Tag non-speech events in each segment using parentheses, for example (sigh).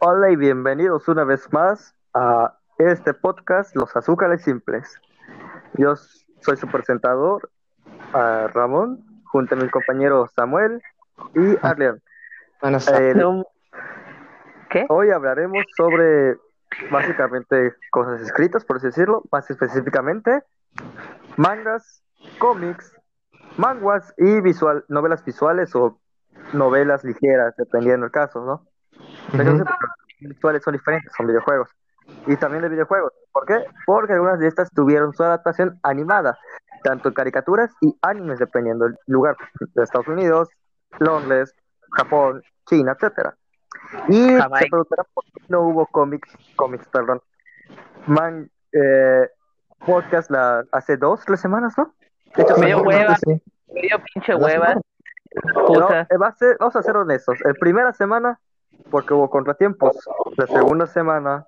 Hola y bienvenidos una vez más a este podcast Los Azúcares Simples. Yo soy su presentador, ah, Ramón, junto a mi compañero Samuel y Arlean. Buenas Eh, tardes. No. ¿Qué? Hoy hablaremos sobre básicamente cosas escritas, por así decirlo, más específicamente mangas, cómics, manguas y visual, novelas visuales o novelas ligeras, dependiendo del caso, ¿no? Pero Ujú. yo sé por qué los visuales son diferentes, son videojuegos. Y también de videojuegos. ¿Por qué? Porque algunas de estas tuvieron su adaptación animada, tanto en caricaturas y animes, dependiendo del lugar. De Estados Unidos, Londres, Japón, China, etcétera. Y Jamaica. se preguntarán por qué no hubo cómics, cómics, perdón. Man, eh, podcast la, hace dos, tres semanas, ¿no? De hecho, Sí, Me salió dio sí, una- hueva. sí. Medio pinche Dos hueva. semanas. no, Puta. eh, va a ser- vamos a ser honestos. La primera semana, porque hubo contratiempos. La segunda semana,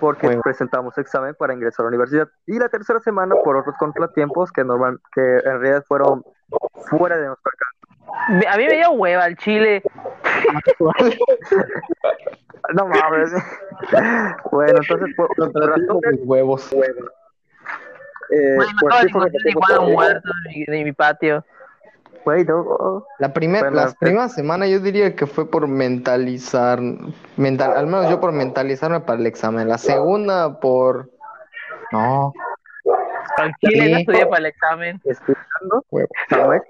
porque Bueno. presentamos examen para ingresar a la universidad. Y la tercera semana, por otros contratiempos que, normal, que en realidad fueron fuera de nuestro alcance. Me- A mí me dio hueva el chile. Eh, (laughs) No mames. bueno, entonces, por, por Contratiempo razones, de huevos. eh, Güey, me por pues, acabo tipos de de encontrar igual a un muerto de mi, de mi patio. Güey, no. La primera, Bueno, las pero- primeras semanas yo diría que fue por mentalizar, mental, al menos yo por mentalizarme para el examen. La segunda por no, Al chile Sí. no estudié para el examen. Estudiando. huevo. Samuel,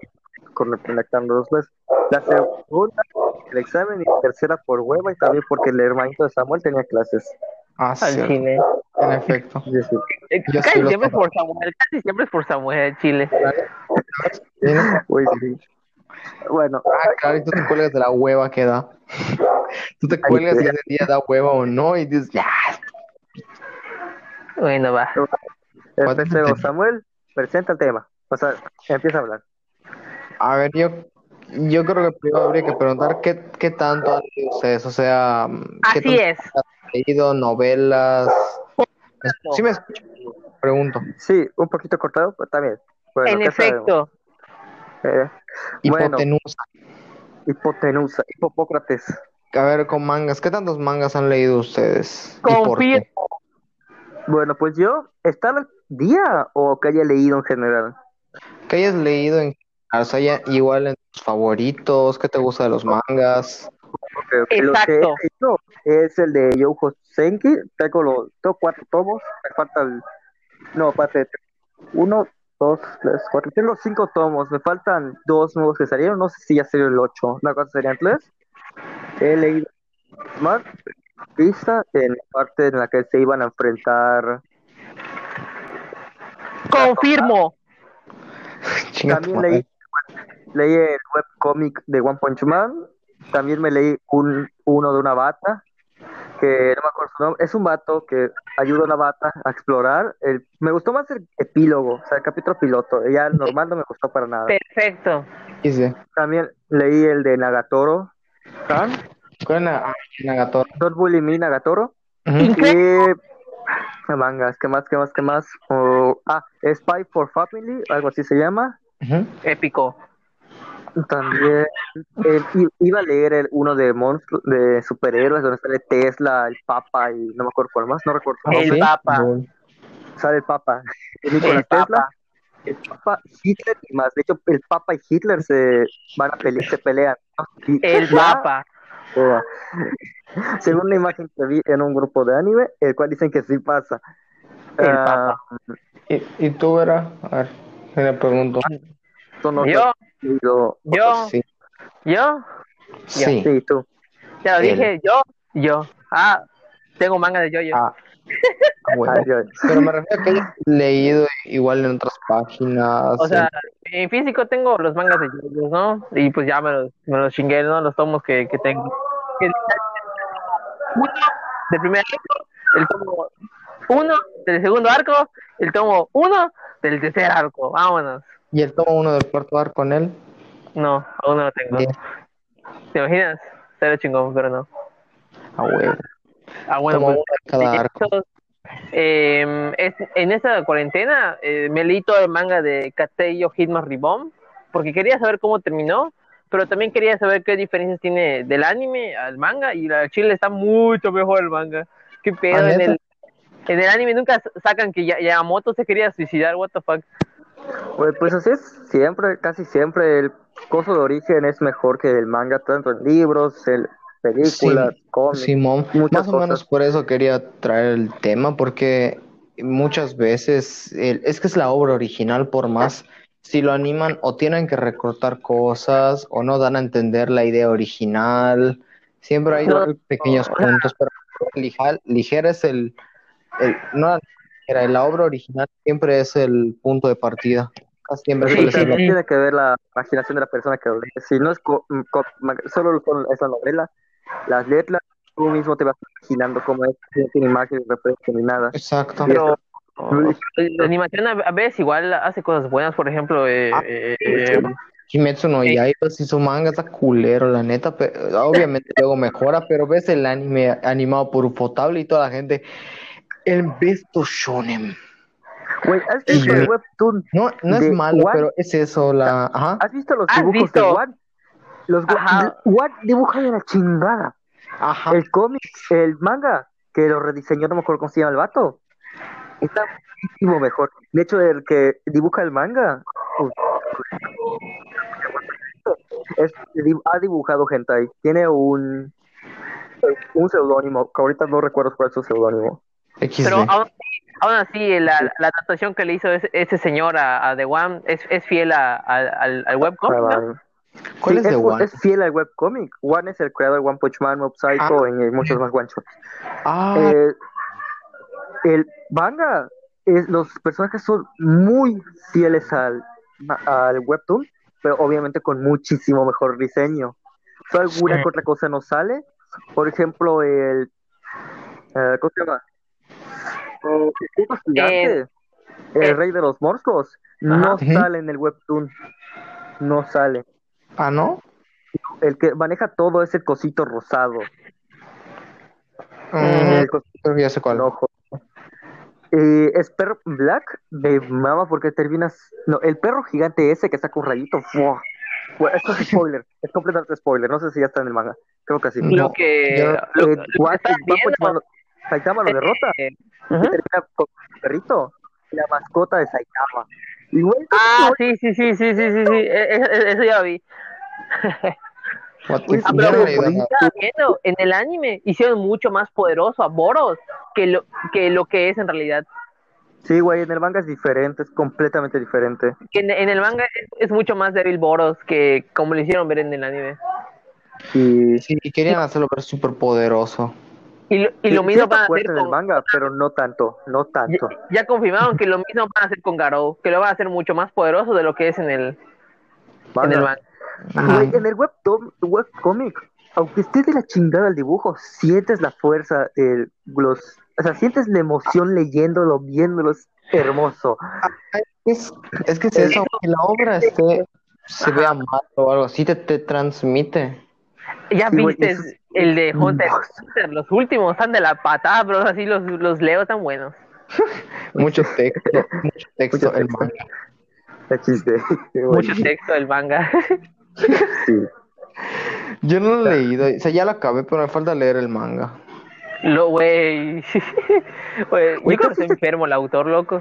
con- conectando dos veces. La segunda, el examen, y la tercera por hueva y también porque el hermanito de Samuel tenía clases. Ah, Al cierto, chile. en efecto. Es decir, Eh, Yo sí Casi lo siempre es tomo. por Samuel. Casi siempre es por Samuel el chile. Sí, ¿no? uy, sí. Bueno, Ah, claro, y tú te cuelgas de la hueva que da. Tú te cuelgas si ese día da hueva o no y dices, ya, Bueno, va. empecemos. Samuel, presenta el tema. O sea, empieza a hablar. A ver, yo, yo creo que primero habría que preguntar qué, qué tanto han leído ustedes, o sea, mm, qué Así tanto es. han leído, novelas. Sí me escucho, pregunto. Sí, un poquito cortado, pero también. Bueno, En ¿qué efecto. sabemos? Eh, bueno, Hipotenusa. hipotenusa, hipopócrates. A ver, con mangas, ¿qué tantos mangas han leído ustedes? ¿Y por Confío. qué? Bueno, pues yo, ¿estaba al día o que haya leído en general? ¿Qué hayas leído en o sea, ya igual en tus favoritos? ¿Qué te gusta de los mangas? (laughs) Creo que lo que he Exacto. hecho es el de Yojo Senki. Tengo los tengo cuatro tomos. Me falta el. No, aparte. Uno, dos, tres, cuatro. Tengo cinco tomos. Me faltan dos nuevos que salieron. No sé si ya salió el ocho. La cosa serían tres. He leído más pista en la parte en la que se iban a enfrentar. Confirmo. Chinga tu También madre. leí, leí el webcomic de One Punch Man. También me leí un, uno de una bata, que no me acuerdo su nombre. Es un vato que ayuda a una bata a explorar. El, me gustó más el epílogo, o sea, el capítulo piloto. Ya el normal no me gustó para nada. Perfecto. Dice, También leí el de Nagatoro. ¿San? ¿cuál era? Ah, Nagatoro. Don't Bully Me, Nagatoro. Ujú. Y... Increíble. ¿Qué mangas? ¿Qué más? ¿Qué más? ¿Qué más? Oh, ah, Spy for Family, algo así se llama. (laughs) Ujú. Épico. También eh, i- iba a leer el, uno de monstruos, de superhéroes, donde sale Tesla, el Papa y no me acuerdo cuál más, no recuerdo. Ah, El ¿sí? Papa. Lol. Sale el Papa, (laughs) el Nicolás El Tesla, Papa. el Papa, Hitler y más. De hecho, el Papa y Hitler se van a pele- se pelean. ¿no? Y El ya, Papa. eh, (laughs) Según una imagen que vi en un grupo de anime, el cual dicen que sí pasa. El Ah, Papa. ¿Y, y tú, Vera? A ver, me pregunto. son otros- Yo, Yo- yo, Sí. yo. Sí. Sí, tú. Ya lo Él. dije, yo, yo. Ah, tengo manga de yo-yo. Ah, ah, bueno. (laughs) Ay, Dios. Pero me refiero a que hayas leído igual en otras páginas. o sea, en físico tengo los mangas de yo-yo, ¿no? Y pues ya me los, me los chingué, ¿no? Los tomos que, que tengo. El- Uno del primer arco, el tomo uno del segundo arco, el tomo uno del tercer arco. Vámonos. en- y el tomo uno del cuarto arco con él. No, aún no lo tengo. Bien. ¿Te imaginas? Será chingón, pero no. A huevo. Ah, bueno, Tomo pues, uno de cada de arco. hecho, eh, es- en esta cuarentena eh, me leí todo el manga de Kateyo Hitman Ribón porque quería saber cómo terminó, pero también quería saber qué diferencias tiene del anime al manga y la chile está mucho mejor el manga. Qué pedo ¿Ah, en neta? el en el anime nunca s- sacan que Ya- Yamamoto se quería suicidar, what the fuck. Güey, pues así es siempre, casi siempre el coso de origen es mejor que el manga, tanto en libros, en películas, Sí, cómics. Simón, muchas más o cosas. menos por eso quería traer el tema, porque muchas veces el- es que es la obra original, por más si lo animan o tienen que recortar cosas o no dan a entender la idea original, siempre hay No, pequeños no. puntos, pero lija- ligera es el, el- no la ligera, la obra original siempre es el punto de partida, casi siempre Sí, suele ser también lo- tiene que ver la imaginación de la persona que lo lee. Si no es co- mm, co- ma- solo con esa novela, las letras, tú mismo te vas imaginando cómo es, no tiene imágenes, referencia ni nada. Exacto. Pero Sí. la animación a, a veces igual hace cosas buenas, por ejemplo, eh, eh, eh, Kimetsu no Eh. Sí. Yaiba, si su manga está culero, la neta, pe- obviamente (laughs) luego mejora, pero ves el anime animado por Ufotable y toda la gente, el besto shonen. Güey, ¿has visto Sí. el webtoon? No, no es De malo, One- Ah, pero es eso, la... Ajá. ¿Has visto los ¿Has dibujos de visto? Watt? Los Wa- Ajá. Watt dibuja de la chingada. Ajá. El cómic, el manga, que lo rediseñó, no me acuerdo cómo se llama el vato. Está muchísimo mejor. De hecho, el que dibuja el manga oh, es- di- ha dibujado hentai. Tiene un un seudónimo, que ahorita no recuerdo cuál es su seudónimo. XD. pero ah, aún así, aún así, la, la adaptación que le hizo ese, ese señor a, a The One es, es fiel a, a- al, al webcomic, ¿no? ¿Cuál Sí, es de One? Es fiel al webcomic. One es el creador de One Punch Man, Mob Ah. Psycho y muchos más one shots. Ah, Eh, el manga, es- los personajes son muy fieles al, ma- al webtoon, pero obviamente con muchísimo mejor diseño. Si alguna Sí. que otra cosa no sale, por ejemplo, el. eh, ¿Cómo se llama? Eh, el tipo gigante, el, eh. rey de los morscos, Ajá. no Ujú. sale en el webtoon. No sale. ah, ¿no? El que maneja todo es el cosito rosado. Mm, El cosito creo que ya sé cuál. Ojo. Eh, es perro Black de mama porque terminas. No, el perro gigante ese que saca un rayito. ¡fua! Bueno, esto es spoiler, (laughs) es completamente spoiler. No sé si ya está en el manga. Creo que sí. No, Lo que, yo- lo, lo Eh, que Guan- estás Guan Punch Man viendo, lo- Saitama lo derrota eh, y ujú. termina con el perrito, la mascota de Saitama. Y güey, Ah, sí, sí, sí, sí, sí, sí, sí. e- e- Eso ya lo vi. What the- Ah, ya pero no le bonito. da- Estaba viendo, en el anime hicieron mucho más poderoso a Boros que lo que, lo que es en realidad. sí, güey, en el manga es diferente, es completamente diferente. Que En, en el manga es, es mucho más débil Boros que como lo hicieron ver en el anime. Y, Sí, y querían Eh, hacerlo ver súper poderoso. Y lo, y lo sí, mismo está van a hacer fuerte en el con, manga, pero no tanto, no ya, tanto. ya confirmaron que lo mismo van a hacer con Garou, que lo van a hacer mucho más poderoso de lo que es en el, en el manga. Güey, Mm, en el webtom- webcomic, aunque esté de la chingada el dibujo, sientes la fuerza del los, o sea, sientes la emoción leyéndolo, viéndolo, es hermoso. Es, es que Eh, si eso, aunque la obra esté, se vea mal o algo así, te, te transmite. Ya Sí, güey, viste eso es- el de Hunter, No. x Hunter, los últimos están de la patada, bro, así los, los leo tan buenos. Mucho texto, Pues (laughs) mucho texto, Mucho el texto. manga. El chiste. (laughs) Mucho texto del manga. (laughs) Sí. Yo no lo he leído, o sea, ya lo acabé, pero me falta leer el manga. Lo, güey. (laughs) Güey, Yo Güey, creo que ¿qué está enfermo el autor, loco.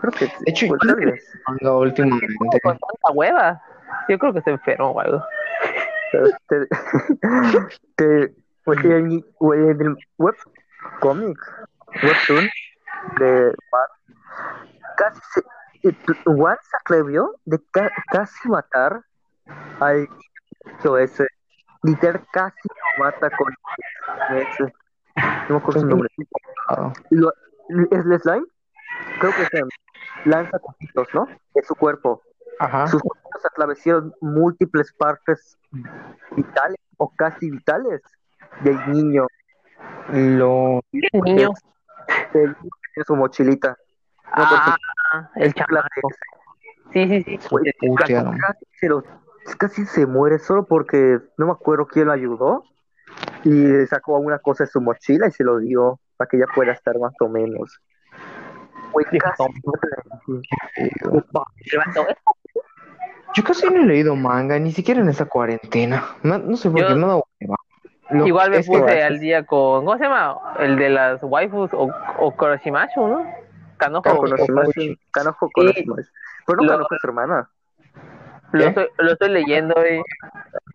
Creo que sí. De hecho, Pues, yo tal no leí vez. el manga últimamente. Con tanta hueva. Yo creo que está enfermo o algo. Pero (laughs) te- te- güey, en, güey, en Este, el webcomic, webtoon de Mar- casi se, eh, tu- Juan se atrevió de ca- casi matar al chico ese. Liter casi lo mata con ese. No me acuerdo su nombre. Y lo- ¿Es el slime? Creo que se lanza cositos, ¿no? De su cuerpo. Ajá. Sus cuerpos atravesieron múltiples partes vitales o casi vitales del niño, Lo... El niño. del niño que tiene su mochilita. No, Ah, el porque- la- chamaco. Sí, sí, sí. Fue puteado. casi, se lo- casi se muere solo porque no me acuerdo quién lo ayudó y le sacó una cosa de su mochila y se lo dio para que ella pueda estar más o menos. Güey, Qué casi- tonto. El vato, eh, Yo Yo casi no he leído manga, ni siquiera en esta cuarentena. Me- no sé por Yo- qué me ha dado hueva. Lo- Igual me este es que- puse al día con, ¿cómo se llama? El de las waifus o, o Kuroshimashu, ¿no? Kanojo. Canojo Konoshimashi. Canojo Konoshimashi. Pero no oh, Lo- conozco a su hermana. Lo ¿Qué? estoy, lo estoy leyendo y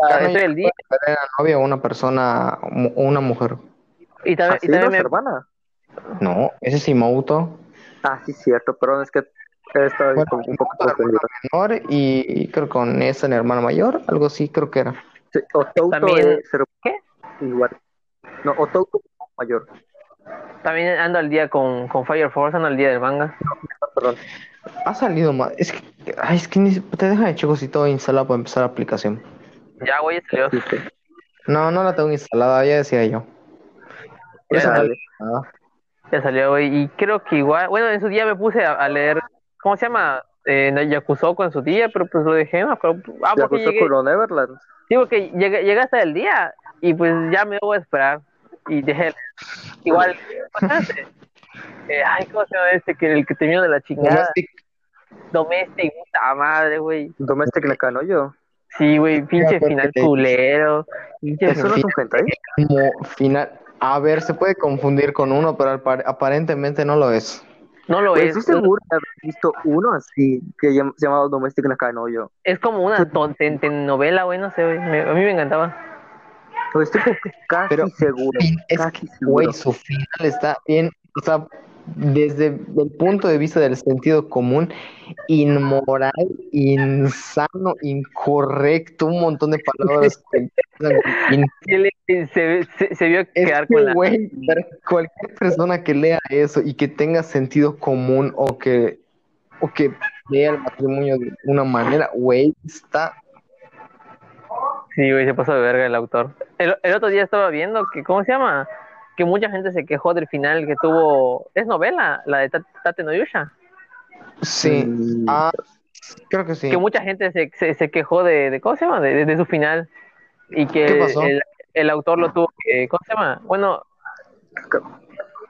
Ya no estoy al día. Era novia una persona, mu- una mujer. Y también, Así y no es también su me, hermana. No, ese es Imauto, Ah, sí, cierto. Perdón, es que estaba Bueno, como un poco otra confundido. menor, y, y creo que con esa en hermana mayor, algo así creo que era. Sí, Otouto También- es ser- ¿Qué? igual. No, Otouto es mayor. también ando al día con, con Fire Force, ando al día del manga. Ah, Perdón. Ha salido más. Es que, ay, es que ni- te deja de chocosito instalado para empezar la aplicación. Ya, güey, salió. Sí, sí. No, no la tengo instalada, ya decía yo. Por eso no la Dale. tengo instalada. Ya salió, güey. Y creo que igual, bueno, en su día me puse a, a leer, ¿cómo se llama? Eh, no, Yakusoku en su día, pero pues lo dejé. No, pero, ah, Ya porque gustó llegué, con lo Neverland. sí, porque llegué, llegué hasta el día y pues ya me voy a esperar. Y dejé. Igual, bastante. Eh, ay, ¿cómo se llama este? Que el que terminó de la chingada. Domestic, Domestic, puta madre, güey. Domestic Nakanoyo. Sí, güey, pinche acuerdo final que- culero. Pinche ¿Eso no final. es un hentai? como final. A ver, se puede confundir con uno, pero apar- aparentemente no lo es. No lo Pues es. estoy seguro de haber visto uno así que llam- se llamaba Domestic Nakanoyo. Es como una novela, güey, no sé, güey. Me- A mí me encantaba. Pues estoy como que casi (laughs) Pero- seguro. Es casi que, güey, seguro. su final está bien, o sea, desde el punto de vista del sentido común, inmoral, insano, incorrecto, un montón de palabras que empiezan con in- Sí, le- se, se- se vio Es quedar que, con la. (laughs) güey, para cualquier persona que lea eso y que tenga sentido común o que, o que vea el matrimonio de una manera, güey, está... Sí, güey, se pasó de verga el autor. El, el otro día estaba viendo que, ¿cómo se llama? Que mucha gente se quejó del final que tuvo. Es novela, la de Ta- Tate no Yusha. Sí. Mm, Ah, creo que sí. Que mucha gente se, se, se quejó de, de. ¿Cómo se llama? De, de- de su final. Y que ¿Qué pasó? El, el autor lo tuvo. que- ¿Cómo se llama? Bueno,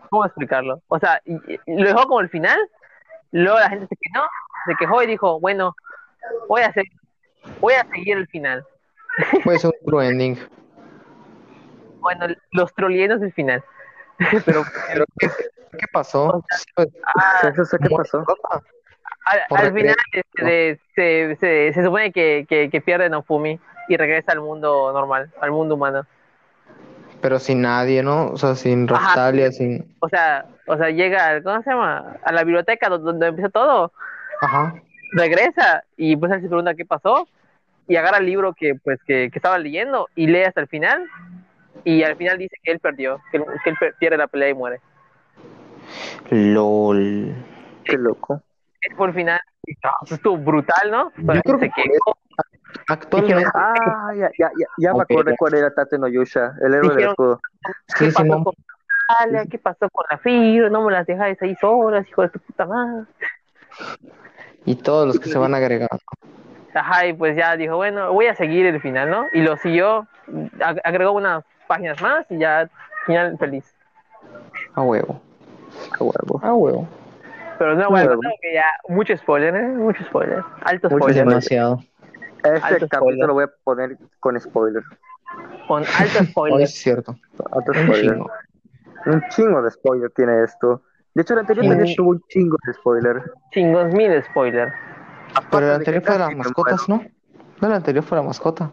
¿cómo explicarlo? O sea, y- y lo dejó como el final, luego la gente se quejó, se quejó y dijo, bueno, voy a hacer, voy a seguir el final. Puede ser un true ending. Bueno, los trolienos del final. (laughs) (laughs) Pero ¿Pero qué, qué pasó? Sí, ah, ¿Eso sé qué pasó? al, Por al regreso. final este, de- se, se, se supone que, que, que pierde Nofumi y regresa al mundo normal, al mundo humano. Pero sin nadie, ¿no? O sea, sin Ajá. Rostalia, sin... O sea, o sea, llega, al- ¿cómo se llama? A la biblioteca donde, donde empezó todo. Ajá. regresa y pues él se pregunta qué pasó y agarra el libro que pues que, que estaba leyendo y lee hasta el final y al final dice que él perdió, que, él- que él per- pierde la pelea y muere. LOL. Qué loco. Es por el final. Eso estuvo brutal, ¿no? Pero Yo creo se que quejó. Actualmente, Ah, ya, ya, ya, ya me Ok. acordé cuál era Tate no Yusha, el héroe del Dijeron- escudo. sí, ¿Qué pasó Simón, con Natalia? ¿Qué pasó con la Firo? No me las dejáis ahí solas, hijo de tu puta madre. y todos los que se van agregando. Ajá, y pues ya dijo, bueno, voy a seguir el final, ¿no? Y lo siguió, ag- agregó unas páginas más y ya, final feliz. A huevo. Qué Ah, huevo. A huevo. Pero no, bueno, Claro. creo que ya, mucho spoiler, ¿eh? Mucho spoiler. Alto Mucho spoiler. spoiler. Demasiado. Este Alto capítulo spoiler. lo voy a poner con spoiler. Con alto (laughs) Hoy spoiler. es cierto. Alto Un spoiler. chingo. Un chingo de spoiler tiene esto. De hecho, el anterior Un también chi- tuvo un chingo de spoiler. Chingos mil spoiler. Pero el de que anterior fue de las casi me mascotas, ¿no? No, el anterior fue la mascota.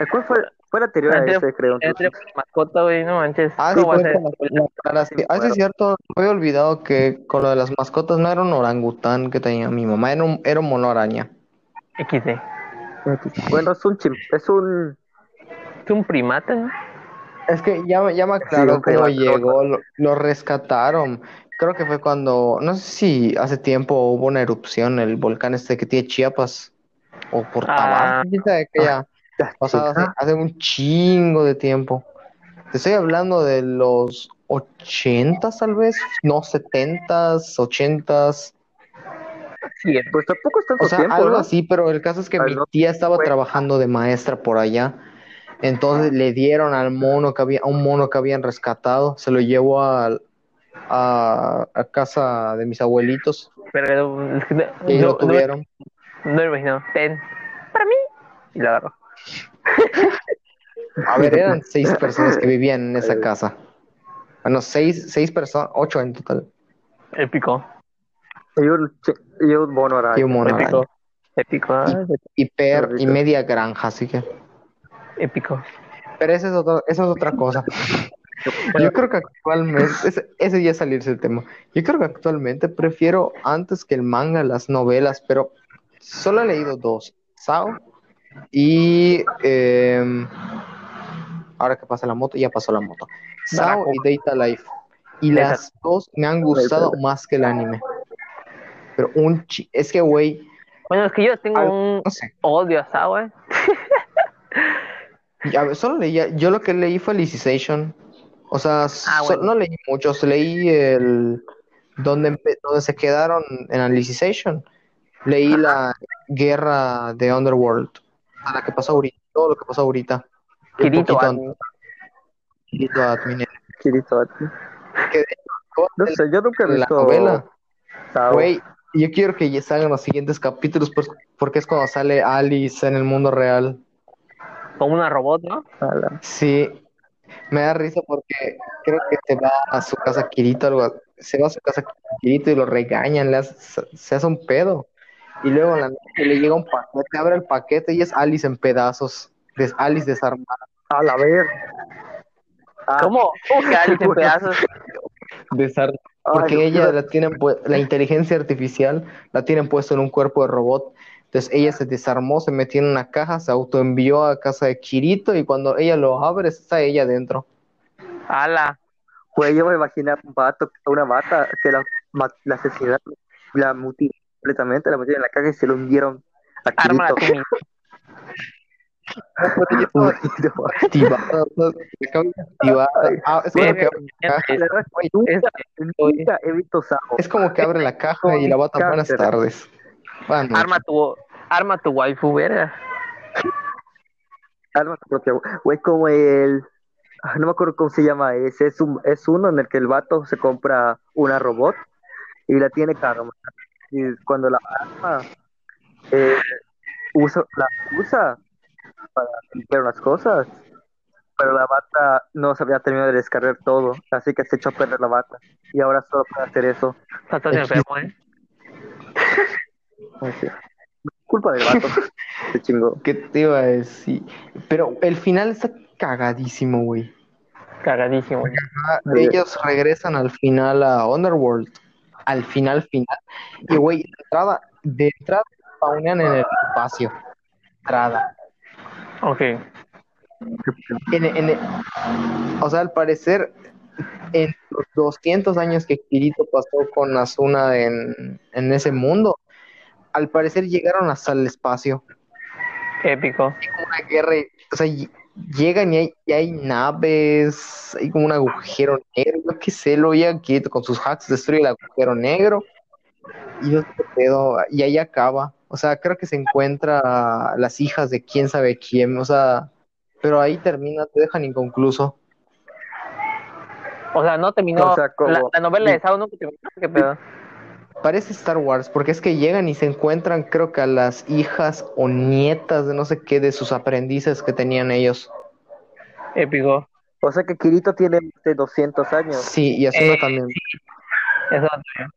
¿Eh, ¿Cuál fue, fue el anterior El a anterior- ese, creo? Ya tenemos mascota, güey, no manches. Ah, sí, ¿Cómo va a fue ser? con las- con las- Sí, me Ah, sí, acuerdo. es cierto. Había olvidado que con lo de las mascotas no era un orangután que tenía mi mamá, era un, era un mono araña. XD. Bueno, es un chim- es un... Es un primate, ¿no? Es que ya, me- ya me Sí, aclaró un cómo privado. llegó, lo, lo rescataron. Creo que fue cuando, no sé si hace tiempo hubo una erupción, el volcán este que tiene Chiapas, o por Ah. Tabasco, quién sabe qué ya. Ah, O sea, hace, hace un chingo de tiempo. Te estoy hablando de los ochentas tal vez, no, setentas, ochentas. Sí, Pues tampoco es tanto O sea, tiempo, algo ¿no? así, pero el caso es que Al mi no- tía estaba fue- trabajando de maestra por allá. Entonces le dieron al mono que había, a un mono que habían rescatado, se lo llevó al- a, a casa de mis abuelitos pero no, y no- lo tuvieron. no- no me imagino. Ten. para mí. Y la agarró. A ver, eran seis personas que vivían (laughs) en esa casa. Bueno, seis, seis personas, ocho en total. Épico. Y un, ch- y un mono araña. Y un mono araña. Épico. Épico. ah, Y, per- Qué y rico. media granja, así que. Épico. Pero esa es, otro- esa es otra cosa. Yo creo que actualmente, ese, ese ya es salirse del tema. Yo creo que actualmente prefiero antes que el manga las novelas, pero solo he leído dos: Sao y. em, ahora que pasa la moto, ya pasó la moto. Sao y Data Life. Y Data. las dos me han gustado más que el anime. Pero un chi- es que, güey, Bueno, es que yo tengo Al- un no sé. odio a Sao, eh. Ya, a ver, solo leía, yo lo que leí fue Alicization. O sea, so- Ah, bueno. no leí muchos, leí el donde, empe- donde se quedaron en Alicization. Leí la guerra de Underworld, a la que pasó ahorita, todo lo que pasó ahorita. Y un Kirito, poquito Admin. an- Kirito Admin. Kirito Ati. Que de- No sé, yo nunca he la visto novela, Sao. güey, yo quiero que ya salgan los siguientes capítulos por- porque es cuando sale Alice en el mundo real. ah, Como una robot, ¿no? A la- Sí, me da risa porque creo que se va a su casa Kirito, algo, así. se va a su casa Kirito y lo regañan, le hace- se hace un pedo. Y luego en la noche le llega un paquete, abre el paquete y es Alice en pedazos, es Alice desarmada, A la ver. Ah, (laughs) ¿Cómo? ¿Cómo que Alice en Bueno. pedazos? desarmada, ay, porque no, ella yo- la tienen pu- la inteligencia artificial la tienen puesto en un cuerpo de robot. Entonces ella se desarmó, se metió en una caja, se autoenvió a casa de Kirito y cuando ella lo abre está ella dentro. Ala. Güey, yo me imaginé a un vato, a una mata que la, ma- la asesinaron, la mutilaron completamente, la metieron en la caja y se lo hundieron a Ármala Kirito. tú mismo. (laughs) Güey, activada, (laughs) o sea, se acaba de activar. Ah, es, como que, la verdad, güey, nunca, nunca he visto Sao. es como que abre la caja y la bota buenas tardes. Buenas noches. Arma tu, arma tu waifu, verga. Arma tu propia, güey, Ah, como el... ah, No me acuerdo cómo se llama ese, es, un, es uno en el que el vato se compra una robot y la tiene que armar. Y cuando la arma, eh, usa, la usa para limpiar unas cosas, pero la bata no se había terminado de descargar todo, así que se echó a perder la bata. Y ahora solo puede hacer eso. Estás tan enfermo, eh. Así. Culpa del vato. se chingó. ¿Qué te iba a decir? Pero el final está cagadísimo, güey. Cagadísimo. Ah, Ellos regresan al final a Underworld. Al final, final. Y, güey, de entrada, de entrada, spawnean en el espacio. Entrada. Ok. En- en- o sea, al parecer, en los 200 años que Kirito pasó con Asuna en, en ese mundo, al parecer llegaron hasta el espacio. Épico. Hay como una guerra, y- o sea, ll- llegan y hay, y hay naves, hay como un agujero negro, yo qué sé, lo ya Kirito con sus hacks destruye el agujero negro y no sé qué pedo, y ahí acaba. O sea, creo que se encuentra a las hijas de quién sabe quién, o sea, pero ahí termina, te dejan inconcluso. O sea, no terminó. O sea, como- la, la novela de Sao nunca terminó. (laughs) ¿Qué pedo? Parece Star Wars, porque es que llegan y se encuentran, creo que a las hijas o nietas de no sé qué, de sus aprendices que tenían ellos. Épico. O sea que Kirito tiene este, 200 años. Sí, y Asuna Eh, también. Eso.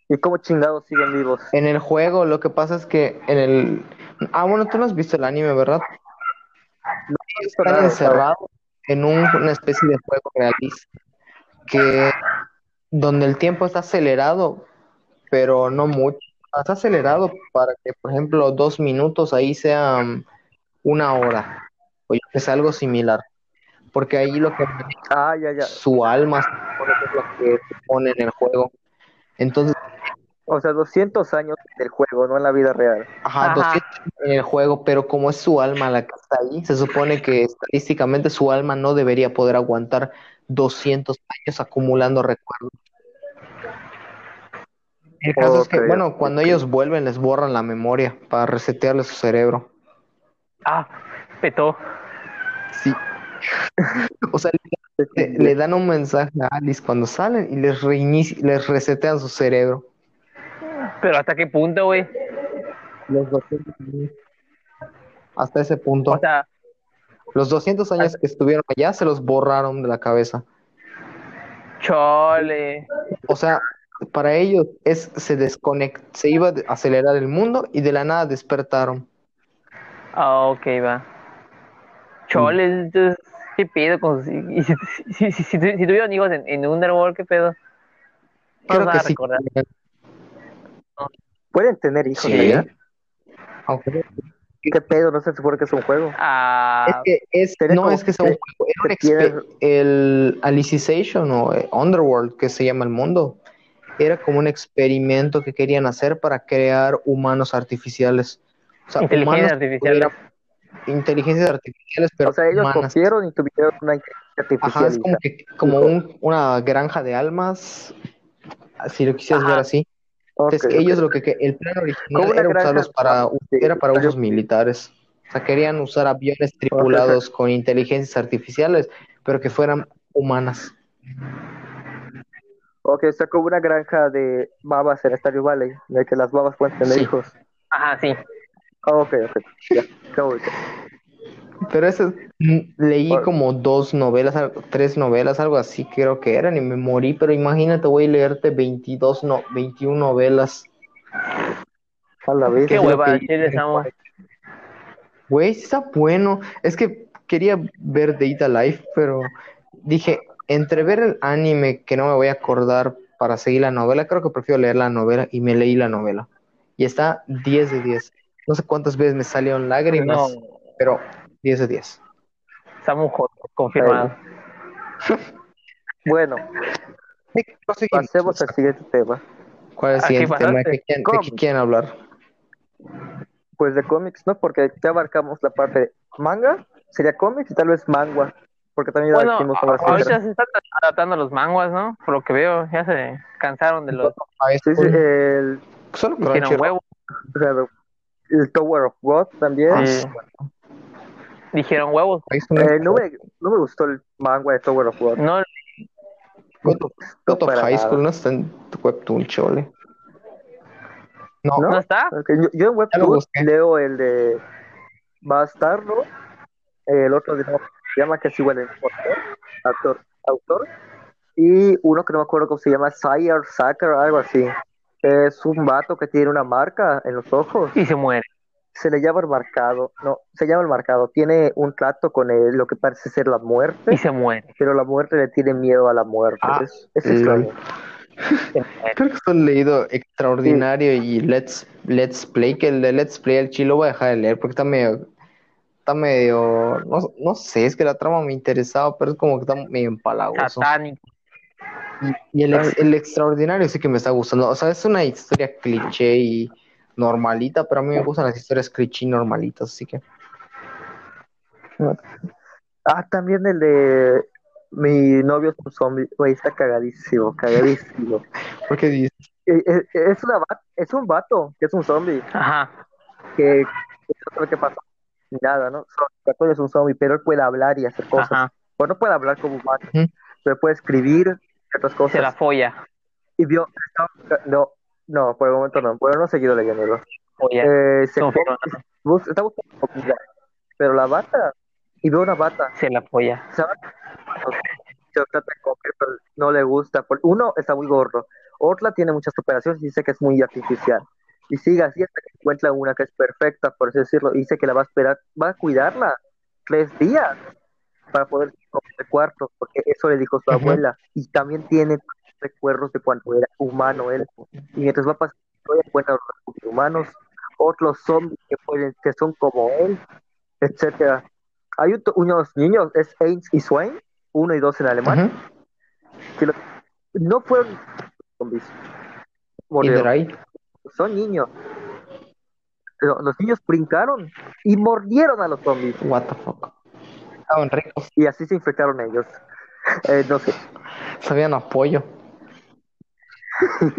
¿Y cómo chingados siguen vivos? En el juego, lo que pasa es que en el. Ah, bueno, tú no has visto el anime, ¿verdad? Están Claro, encerrados en un- una especie de juego realista que donde el tiempo está acelerado, pero no mucho. Está acelerado para que, por ejemplo, dos minutos ahí sean una hora o yo que sea algo similar, porque ahí lo que Ah, ya, ya. su alma por ejemplo, que se pone en el juego. Entonces, O sea, 200 años del juego, no en la vida real. Ajá, Ajá. 200 en el juego, pero como es su alma la que está ahí, se supone que estadísticamente su alma no debería poder aguantar 200 años acumulando recuerdos. El caso es que, Ok, bueno, cuando ellos vuelven les borran la memoria para resetearle su cerebro. Ah, petó. Sí. O sea, le, le dan un mensaje a Alice cuando salen y les reinici- les resetean su cerebro. Pero hasta qué punto, güey. hasta ese punto. O sea, los 200 años que estuvieron allá se los borraron de la cabeza. chole. O sea, para ellos es se desconect, se iba a acelerar el mundo y de la nada despertaron. Ah, ok, va. Chole, Mm. entonces, ¿qué pedo? Con, sus- y si, si, si, si tu- si tuvieron hijos en, en Underworld, ¿qué pedo? No Creo los que van a sí. recordar. Pueden tener hijos, Sí. ¿verdad? Aunque- ¿Qué pedo? No se supone que es un juego. es Ah, que es, Sería no como es que sea un que- juego, era un que expe- tienes- el Alicization o eh, Underworld que se llama el mundo. Era como un experimento que querían hacer para crear humanos artificiales. O sea, inteligencia humanos que artificial. tuvieran inteligencias artificiales, pero O sea, ellos humanas. copiaron y tuvieron una inteligencia artificial. Ajá, es como que como un- una granja de almas, si lo quisieras Ajá. ver así. Entonces, Ok, ok. ellos lo que que- el plan Como original una era granja usarlos de para almas, sí. era para Ajá. usos militares. O sea, querían usar aviones tripulados con inteligencias artificiales, pero que fueran humanas. Ok, está como una granja de babas en Stardew Valley, de que las babas pueden tener Sí. hijos. Ajá, sí. Ah, ok, ok. Ya, ya voy. Pero eso mm, leí Por- como dos novelas, al- tres novelas, algo así creo que eran y me morí, pero imagínate, voy a leerte 22 no 21 novelas. A la vez. Qué es lo hueva, que- chiles, amo. Güey, sí está bueno. Es que quería ver Data Life, pero dije, entre ver el anime que no me voy a acordar para seguir la novela, creo que prefiero leer la novela y me leí la novela. Y está 10 de 10. No sé cuántas veces me salieron No, lágrimas, pero 10 de 10. Samu Jod- confirmado. Bueno, pasemos al siguiente tema. ¿Cuál es el ¿A qué siguiente tema? pasaste? ¿De qué quieren- de qué ¿Cómo? quieren hablar? Pues de cómics, ¿no? Porque ya abarcamos la parte de manga, sería cómics y tal vez manga, porque también ya Bueno, dijimos a- sobre ahorita se están adaptando los manguas, ¿no? Por lo que veo, ya se cansaron de los A ver, Sí, eh, sí, el, Solo que hicieron Crunchyroll. huevo. o sea, el Tower of God también. Ah, Sí. Dijeron huevos. Es un- Eh, no, me, no me gustó el manga de Tower of God. No, God of- God of para High nada. School no está en Webtoon, chole. No, ¿No? no está. Ok, Yo, yo en Ya lo Webtoon busqué. leo el de Bastardo, el otro de se llama que es igual en autor, autor, autor, y uno que no me acuerdo cómo se llama, Sire, Sacker, algo así. Es un vato que tiene una marca en los ojos, Y se muere. se le llama el marcado, no, se llama el marcado, tiene un trato con él, lo que parece ser la muerte, Y se muere. pero la muerte le tiene miedo a la muerte, Ah, es, es lol. extraño. Creo que solo he leído Extraordinario y Let's, Let's Play, que el de Let's Play el chilo voy a dejar de leer porque está medio, está medio, no, no sé, es que la trama me interesaba, pero es como que está medio empalagoso. Ah, Satánico. Y, y el, ex- el Extraordinario sí que me está gustando, o sea, es una historia cliché y normalita, pero a mí me gustan las historias cliché y normalitas, así que... Ah, también el de mi novio es un zombie, güey, está cagadísimo, cagadísimo. (laughs) Porque dices, Eh, eh, es, una va- es un vato, que es un zombie, Ajá. que que no sabe qué pasó, ni nada, ¿no? Solo que todo es un zombie, pero él puede hablar y hacer cosas. Ajá. Bueno, no puede hablar como humano, Ujú. pero puede escribir ciertas Se cosas. la folla. Y vio, no, no, por el momento no, bueno, no he seguido leyéndolo. folla. Eh, se Confirmado. bus- está buscando comida, pero la bata, y veo una bata, Se la folla. se va- se trata de comer, pero no le gusta. por- Uno está muy gordo, otra tiene muchas operaciones y dice que es muy artificial. Y sigue así hasta que encuentra una que es perfecta, por así decirlo. y Dice que la va a esperar, va a cuidarla tres días para poder comer el cuarto, porque eso le dijo su Ujú. abuela. Y también tiene recuerdos de cuando era humano él. Y mientras va pasando, encuentra otros humanos, otros zombies que, pueden, que son como él, etcétera. Hay un- unos niños, es Ains y Swain, uno y dos en alemán, Ujú. no fueron zombies. Y Murieron. de ahí, Son niños. Lo- Los niños brincaron y mordieron a los zombies. what the fuck. Ah, Estaban ricos, Y así se infectaron ellos. Eh, no sé, (laughs) sabían apoyo.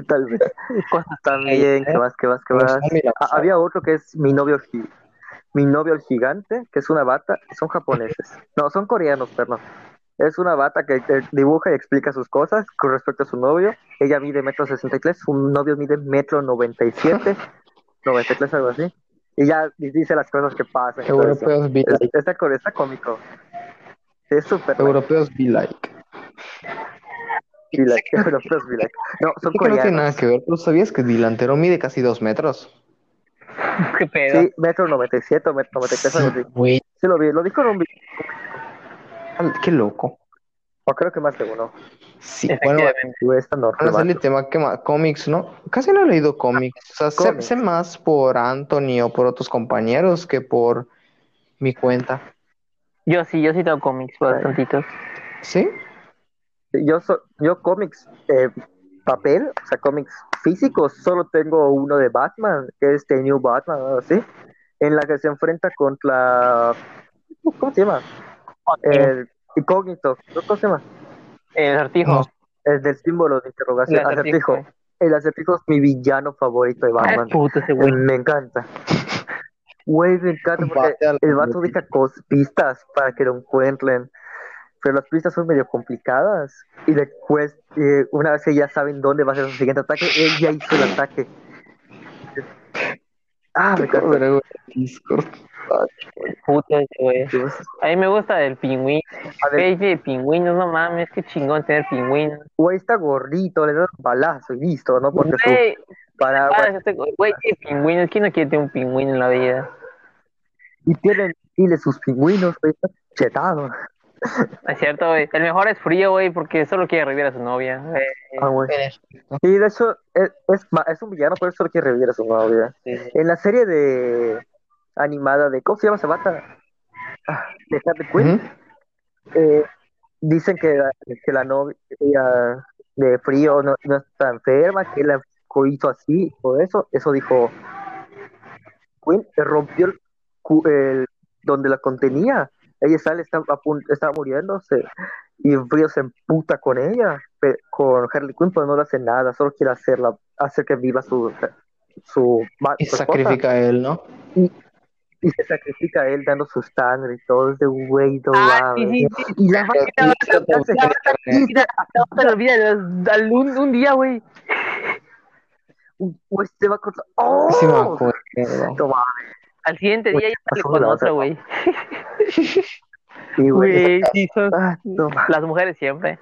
tal vez. Cosas ¿eh? También, ¿eh? que más, que más, Pues, que más. Ah, había otro que es mi novio, Gi- mi novio el gigante, que es una bata. Son (laughs) japoneses. No, son coreanos, perdón. Es una bata que eh, dibuja y explica sus cosas con respecto a su novio. Ella (laughs) mide metro sesenta y tres, su novio mide metro noventa y siete, noventa y tres, algo así. y ya y dice las cosas que pasan. y todo eso. Europeos be Es- like. está, co- está cómico. Sí, Es súper. Europeos be like. be (laughs) like, Europeos be like. pues, No, son Sí que no tiene coreanos. nada que ver, pero sabías que el delantero mide casi dos metros. ¿Qué pedo? Sí, metro 97, metro 93, algo así. Güey, Sí, lo vi, lo dijo en un video, qué loco. o creo que más de uno. Sí, bueno, Sí, está normal. Ahora sale el tema que ma- cómics, ¿no? Casi no he leído cómics. O sea, sé, Cómics. sé más por Anthony o por otros compañeros que por mi cuenta. Yo sí, yo sí tengo cómics bastantitos. ¿Sí? Yo, so- yo cómics eh, papel, o sea, cómics físicos, solo tengo uno de Batman, que es The New Batman, algo así, en la que se enfrenta contra. ¿Cómo se llama? El incógnito, ¿no? ¿cómo se llama? El No. artijo. El del símbolo de interrogación, acertijo. El acertijo es mi villano favorito de Ah, Batman. es puto ese güey. Me (laughs) encanta. Güey, me encanta porque Vaya la el vato mierda. ubica cos- pistas para que lo encuentren. Pero las pistas son medio complicadas. Y después, eh, una vez que ya saben dónde va a ser su siguiente ataque, él ya hizo el ataque. Ah, me encanta. Pero, güey, Discord. Puto ese güey. Dios. A mí me gusta el pingüino. A ver, Baby, pingüinos, no mames, qué chingón tener pingüinos. güey, está gordito, le da un balazo y listo, ¿no? Porque su Güey, paraguas. ah, este güey, güey, tiene pingüinos. ¿Quién no quiere tener un pingüino en la vida? Y tienen, dile sus pingüinos, güey, está chetado. Es cierto, güey. El mejor es frío, güey, porque solo quiere revivir a su novia. güey. Ah, güey. Y de hecho, es, es, ma- es un villano, pero eso lo quiere revivir a su novia. Sí. En la serie de animada de ¿cómo se llama esa bata? Ah, de Harley Quinn. Ujú. eh, dicen que, la- que la novia de frío no, no está enferma, que la hizo así, todo eso. Eso dijo Quinn, que rompió el, cu- el- donde la contenía. Ella sale, está, a pun- está muriéndose. Y Frío se emputa con ella, pe- con Harley Quinn, pero no le hace nada, solo quiere hacerla, hacer que viva su, su, ma- Y su esposa. sacrifica a él, ¿no? Y se sacrifica a él dando su sangre y todo, es de güey, no Ah, sí, mames. sí, sí. Y la Pero vaca sí, se sí, sí, Hasta la vida de los- al- un, un día, güey. un güey se va contra. ¡Oh! Sí, me acuerdo. No mames, Al siguiente Güey, día ya sale pasó la con otra. otra, güey. sí, güey. Güey, sí, son Ah, no, mames. las mujeres siempre.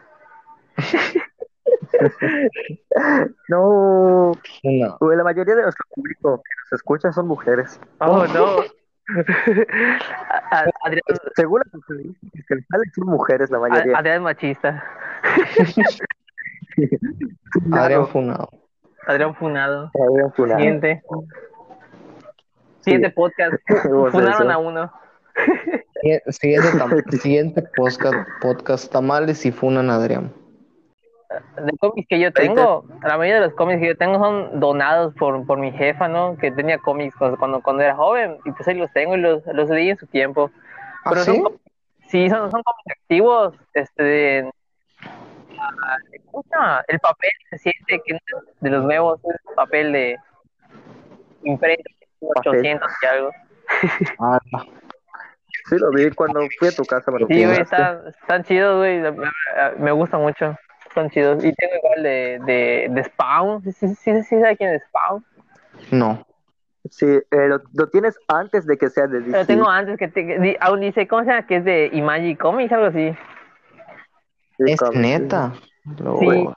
no, No. güey, la mayoría de nuestro público que nos escucha son mujeres. Oh, no. A- a- Adrián, Según las mujeres que les salen son mujeres la a- mayoría. Adrián machista. ah, Claro, Adrián Funado. Adrián funado. Adrián Funado. Siguiente. Siguiente podcast. Hacemos Funaron eso. a uno. Siguiente- Siguiente, (laughs) tam- siguiente podcast, podcast, tamales y funan a Adrián. de cómics que yo tengo, la mayoría de los cómics que yo tengo son donados por, por mi jefa, ¿no? Que tenía cómics cuando, cuando, cuando era joven y pues ahí los tengo y los, los leí en su tiempo. ¿Ah, Pero sí? son, cómics- sí, son, son cómics activos, este, de- ah, ¿cómo se llama? El papel se siente que no es de los nuevos, es papel de imprenta, Papel. 800 y algo. Ah, Sí, lo vi cuando fui a tu casa. me lo Sí, güey, mandaste. están, están chidos, güey. la- la- la- Me gusta mucho. Están chidos. Y tengo igual de, de, de Spawn. Sí, sí, sí, sí, ¿sabe quién es Spawn? no. Sí, eh, lo, lo tienes antes de que sea de DC. Lo tengo antes que te, que di- aún dice, ¿cómo se llama? Que es de Imagi Comics, algo así. Sí, Es cabrón. neta. Lo- Sí.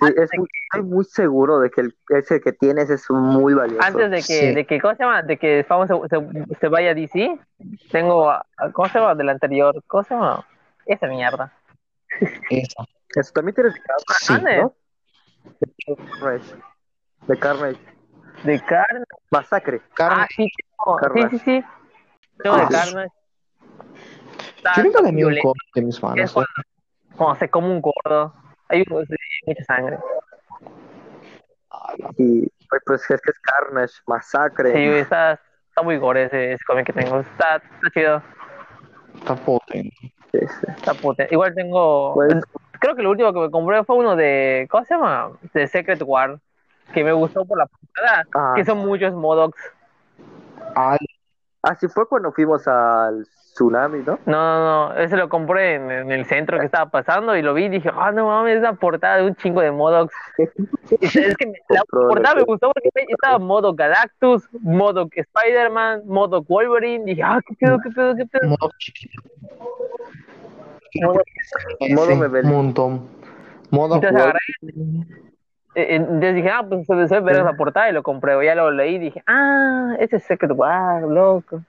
Sí, es muy- estoy muy seguro de que el, ese que tienes es muy valioso. Antes de que, Sí. de que ¿cómo se llama? De que Spawn se, se- se vaya a DC. Tengo, a- a- ¿cómo se llama? Del anterior, ¿cómo se llama? Esa mierda. Eso. Eso también tienes de Sí. Ah, Carnage, ¿no? De Carnage. De Carnage. De Carnage. Masacre. Ah, Carne. sí, tengo. Carnage. Sí, sí, sí. Tengo de Ah, sí. Carnage. Yo nunca tenía un Violento. cómic de mis manos. ¿eh? es cuando, cuando se come un gordo. Hay un- sí, mucha sangre. Y pues, pues, es que es Carnage, Masacre. Sí, güey, está, está muy gore ese, ese cómic que tengo. Está, está chido. Está potente. Ese. Está potente. Igual tengo. Pues- Creo que lo último que me compré fue uno de. ¿Cómo se llama? De Secret War. Que me gustó por la portada. Ah. Que son muchos Modocs. Ah, Así fue cuando fuimos al tsunami, ¿no? No, no, no, ese lo compré en, en el centro que estaba pasando y lo vi y dije, ah, no mames, es la portada de un chingo de Modocs. es que me- la Compró, portada me loco. gustó porque ahí estaba modo Galactus, modo Spider-Man, modo Wolverine. Dije, ah, qué pedo, qué pedo, qué pedo. Modo chiquito. Modo- Modo Sí, bebé. Un montón. Modo Entonces juego. agarré. eh, eh, Entonces dije, ah, pues se debe ver esa portada y lo compré. O Ya lo leí y dije, ah, ese es Secret War, loco.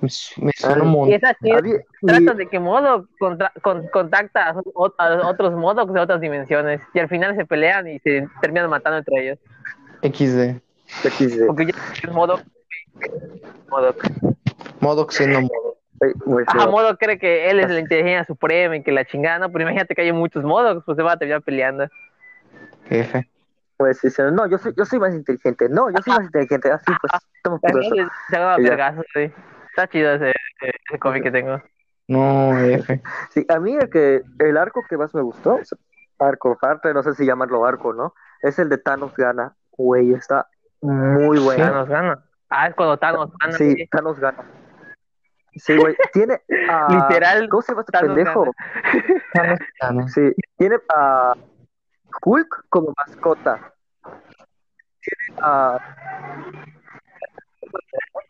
Me suena un Y montón. esa chida. Había- Trata y- de que Modoc contra- con- contacta a, o- a otros Modocs de otras dimensiones y al final se pelean y se terminan matando entre ellos. XD. XD. Porque ya es Modoc. Modoc. Modo siendo modo. Ay, muy Ah, feo. Modoc cree que él es la inteligencia suprema y que la chingada, ¿no? Pero imagínate que hay muchos Modocs, pues se va a terminar peleando. F. Pues dicen, no, yo soy, yo soy más inteligente. No, yo soy más inteligente. Así pues, estamos por eso. Se van a Ya. vergazos, sí. Está chido ese, ese- ese cómic que tengo. No, F. Sí, a mí el, que, el arco que más me gustó, o sea, arco, parte, no sé si llamarlo arco, ¿no? Es el de Thanos gana. Güey, está muy bueno. Thanos gana. Ah, es cuando Thanos gana. Sí, sí. Thanos gana. Sí, güey, tiene a... Literal, ¿Cómo se llama este Thanos pendejo? Thanos gana. Sí, tiene a Hulk como mascota. Tiene a...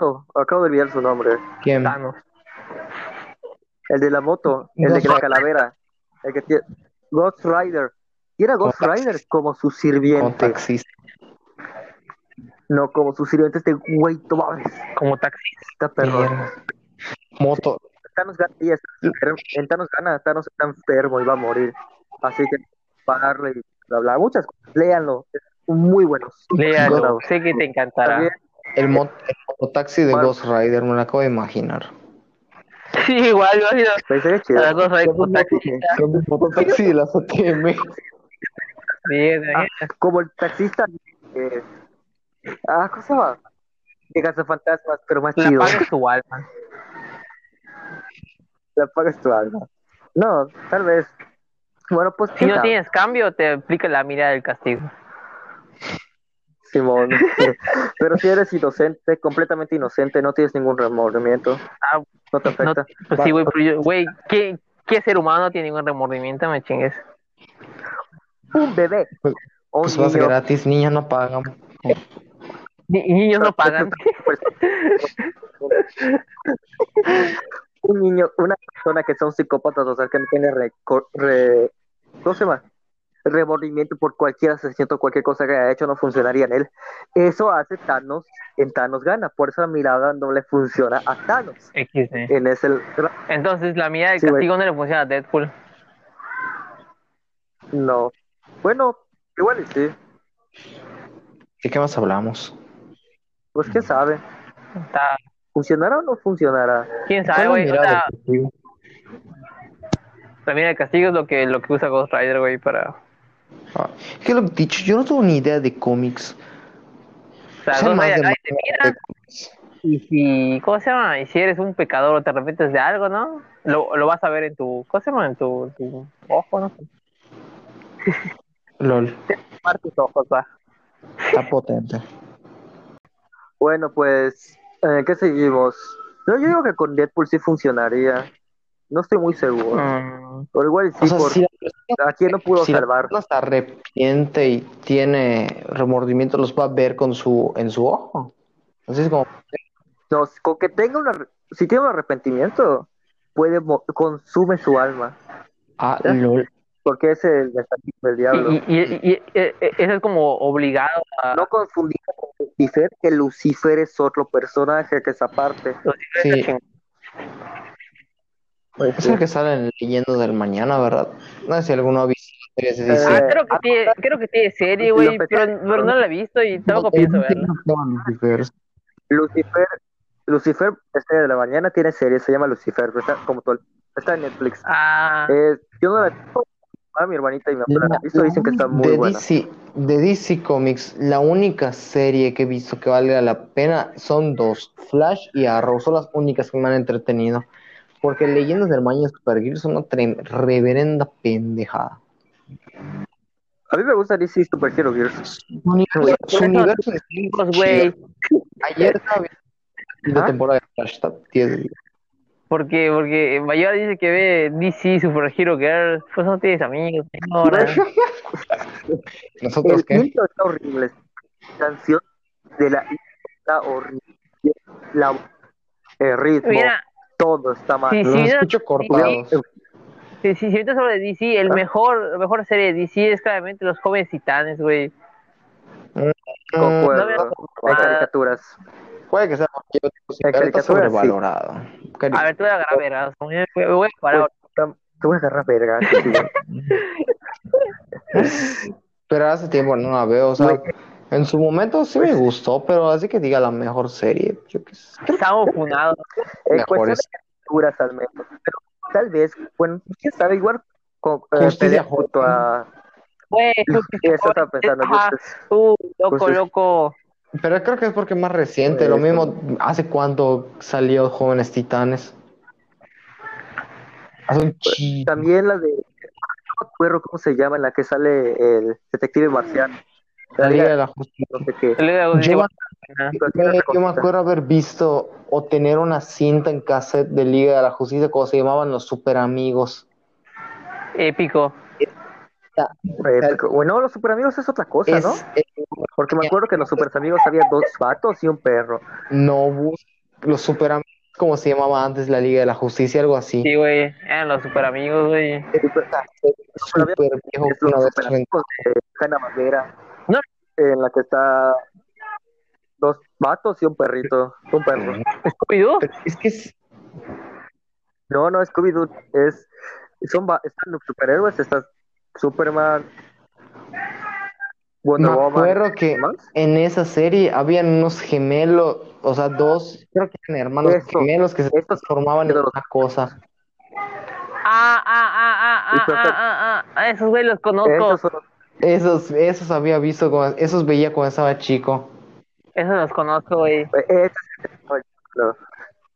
Oh, Acabo de olvidar su nombre. ¿Quién? Thanos. El de la moto, el de Ghost la Rider. calavera, el que tiene Ghost Rider. Tiene a Ghost Como Rider taxista. como su Como sirviente. taxista. No, como su sirviente este güey, no mames, Como taxista. está perro. Mierda. Moto. Thanos gana, y está enfermo. En Thanos gana, Thanos está enfermo y va a morir. Así que pagarle y bla bla. Muchas cosas. Léanlo. Es muy bueno. súper Léalo, bueno. sé que te encantará. También, El, mot- el mototaxi de Bueno. Ghost Rider. Me lo acabo de imaginar. (laughs) Sí, igual, yo he ido pues, sería chido. a las dos ahí con taxista. Como- El mototaxi de las ATM. Ah, Mierda, eh. Como el taxista. eh, ah, ¿cómo se llama? De Fantasmas, pero más La chido. paga es (laughs) su alma. (laughs) la pagas tu alma. No, tal vez. Bueno, pues Si no mira, tienes cambio, te aplica la mirada del castigo. (laughs) Simón. Pero si eres inocente, completamente inocente, no tienes ningún remordimiento. Ah, No te no, afecta. pues sí, güey, pero yo- güey, ¿qué, ¿qué ser humano no tiene ningún remordimiento? Me chingues. Un bebé. Pues- O un Pues vas niño. gratis, niña, no pagan. Ni- niños no (laughs) pagan. Pues- un niño, una persona que son psicópatas, o sea, que no tiene recor- re, ¿cómo se llama? remordimiento por cualquier asesinato, cualquier cosa que haya hecho, no funcionaría en él. Eso hace Thanos, en Thanos gana. Por eso la mirada no le funciona a Thanos. XD. En ese, ¿eh? Entonces, la mirada del Sí, güey. castigo no le funciona a Deadpool. no. Bueno, igual y sí. ¿De qué más hablamos? Pues quién sabe. Está- ¿Quién ¿Funcionará o no funcionará? ¿Cuál es sabe, la güey? O mirada sea, del castigo? la mirada del castigo es lo que, lo que usa Ghost Rider, güey, para... Ah, ¿Qué lo he dicho? Yo no tengo ni idea de cómics. O sea, Sé Ghost más Rider de ay, te Marvel mira que cómics. y si... ¿Cómo se llama? Y si eres un pecador o te arrepientes de algo, ¿no? Lo, lo vas a ver en tu... ¿Cómo se llama? En tu, en tu ojo, ¿no? LOL, Mar tus ojos, va. está potente. Bueno, pues, eh, ¿qué seguimos? No, yo digo que con Deadpool sí funcionaría. No estoy muy seguro. Mm. Pero igual y sí, O sea, por si la persona, a quien no pudo si la salvar. persona se arrepiente y tiene remordimiento, los va a ver con su, en su ojo. Así es como, No, con que tenga una, si tiene un arrepentimiento, puede mo- consume su alma, ah, ¿Ya? LOL. porque ese es el mensaje del diablo. Y, y- y- y- e- e- eso es como obligado a... No confundir con Lucifer, que Lucifer es otro personaje que es aparte. Sí, Pues, es el que sale en Leyendas del Mañana, ¿verdad? No sé si alguno ha visto. series de DC. Ah, Eh, creo que tiene, creo que tiene serie, Sí, güey, lo pensé. pero, pero no la he visto y tampoco No, pienso no verla. tengo Lucifer. Lucifer, Lucifer, este de la mañana tiene serie, se llama Lucifer, pero está como todo, el- está en Netflix. Ah, Eh, yo no la a mi hermanita y mi abuela la han visto, dicen que está muy de buena. DC, de DC Comics, la única serie que he visto que valga la pena son dos, Flash y Arrow, son las únicas que me han entretenido. Porque Leyendas del Mañana y Supergirl son una trem- reverenda pendejada. A mí me gusta DC Super Hero Gears. Su universo, su universo de pues, güey, Ayer estaba viendo Quinta Ajá. temporada de Flash, top 10. Porque, porque Mayora dice que ve DC, Super Hero Girl, pues no tienes amigos, señora. ¿Nosotros el qué? intro está horrible. La canción de la intro está horrible. La- el ritmo, Mira, todo está mal. Sí, Los sí, escucho sí, cortados. sí. si, si, si ahorita sobre DC, el mejor, la mejor serie de DC es claramente Los Jóvenes Titanes, güey. Concuerdo. no me- Hay caricaturas. Mm, Puede que sea cualquier otro, pero está caricatura, sí. sobrevalorado. Cari- Ah, A ver, tú la graveras, me me voy a parar. ahora. Te voy a agarrar verga. (laughs) Pero hace tiempo no la veo, o sea, en su momento sí Pues me gustó, pero así que diga la mejor serie, yo qué sé. Estamos funados. En Mejores. Eh, cuestión de caricaturas al menos. Pero tal vez, bueno, quién sabe, igual con, eh, Justicia pelea justa. junto a... Güey, tú, Eso estaba pensando. yo. Ajá. tú, loco, Pues es- loco. Pero creo que es porque es más reciente, lo Eso. mismo, ¿hace cuánto salió Jóvenes Titanes? Hace un chi- Pues, También la de... No me acuerdo cómo se llama, en la que sale el detective marciano. la Liga de la Justicia. No sé qué. Yo le digo, Yo, ajá. Pero tiene me- otra yo me cosita. acuerdo haber visto o tener una cinta en cassette de Liga de la Justicia, como se llamaban los super amigos. épico. Eh, Bueno, los super amigos es otra cosa, Es- ¿no? es- Porque me acuerdo que en los super amigos había dos vatos y un perro. no bus- los super amigos, como se llamaba antes la Liga de la Justicia, algo así. Sí, güey. Eran los super amigos, güey. Super viejo Es los que una vez super amigos de Hanna Barbera. No. En la que está dos vatos y un perrito. Un perro. Mm. Scooby-Doo. Pero es que es- No, no, Scooby-Doo es. Son va- están los superhéroes, está Superman, me Wonder Woman. acuerdo que ¿Más? en esa serie habían unos gemelos, o sea, dos, creo que eran hermanos Eso, gemelos que se eso sí, transformaban en pero- una cosa. Ah, ah, ah, ah, ah, ah, ah, ah, ah, esos güey los conozco. Esos Esos, son Esos, esos había visto, cuando- esos veía cuando estaba chico. los conozco, güey. eh, esos son los,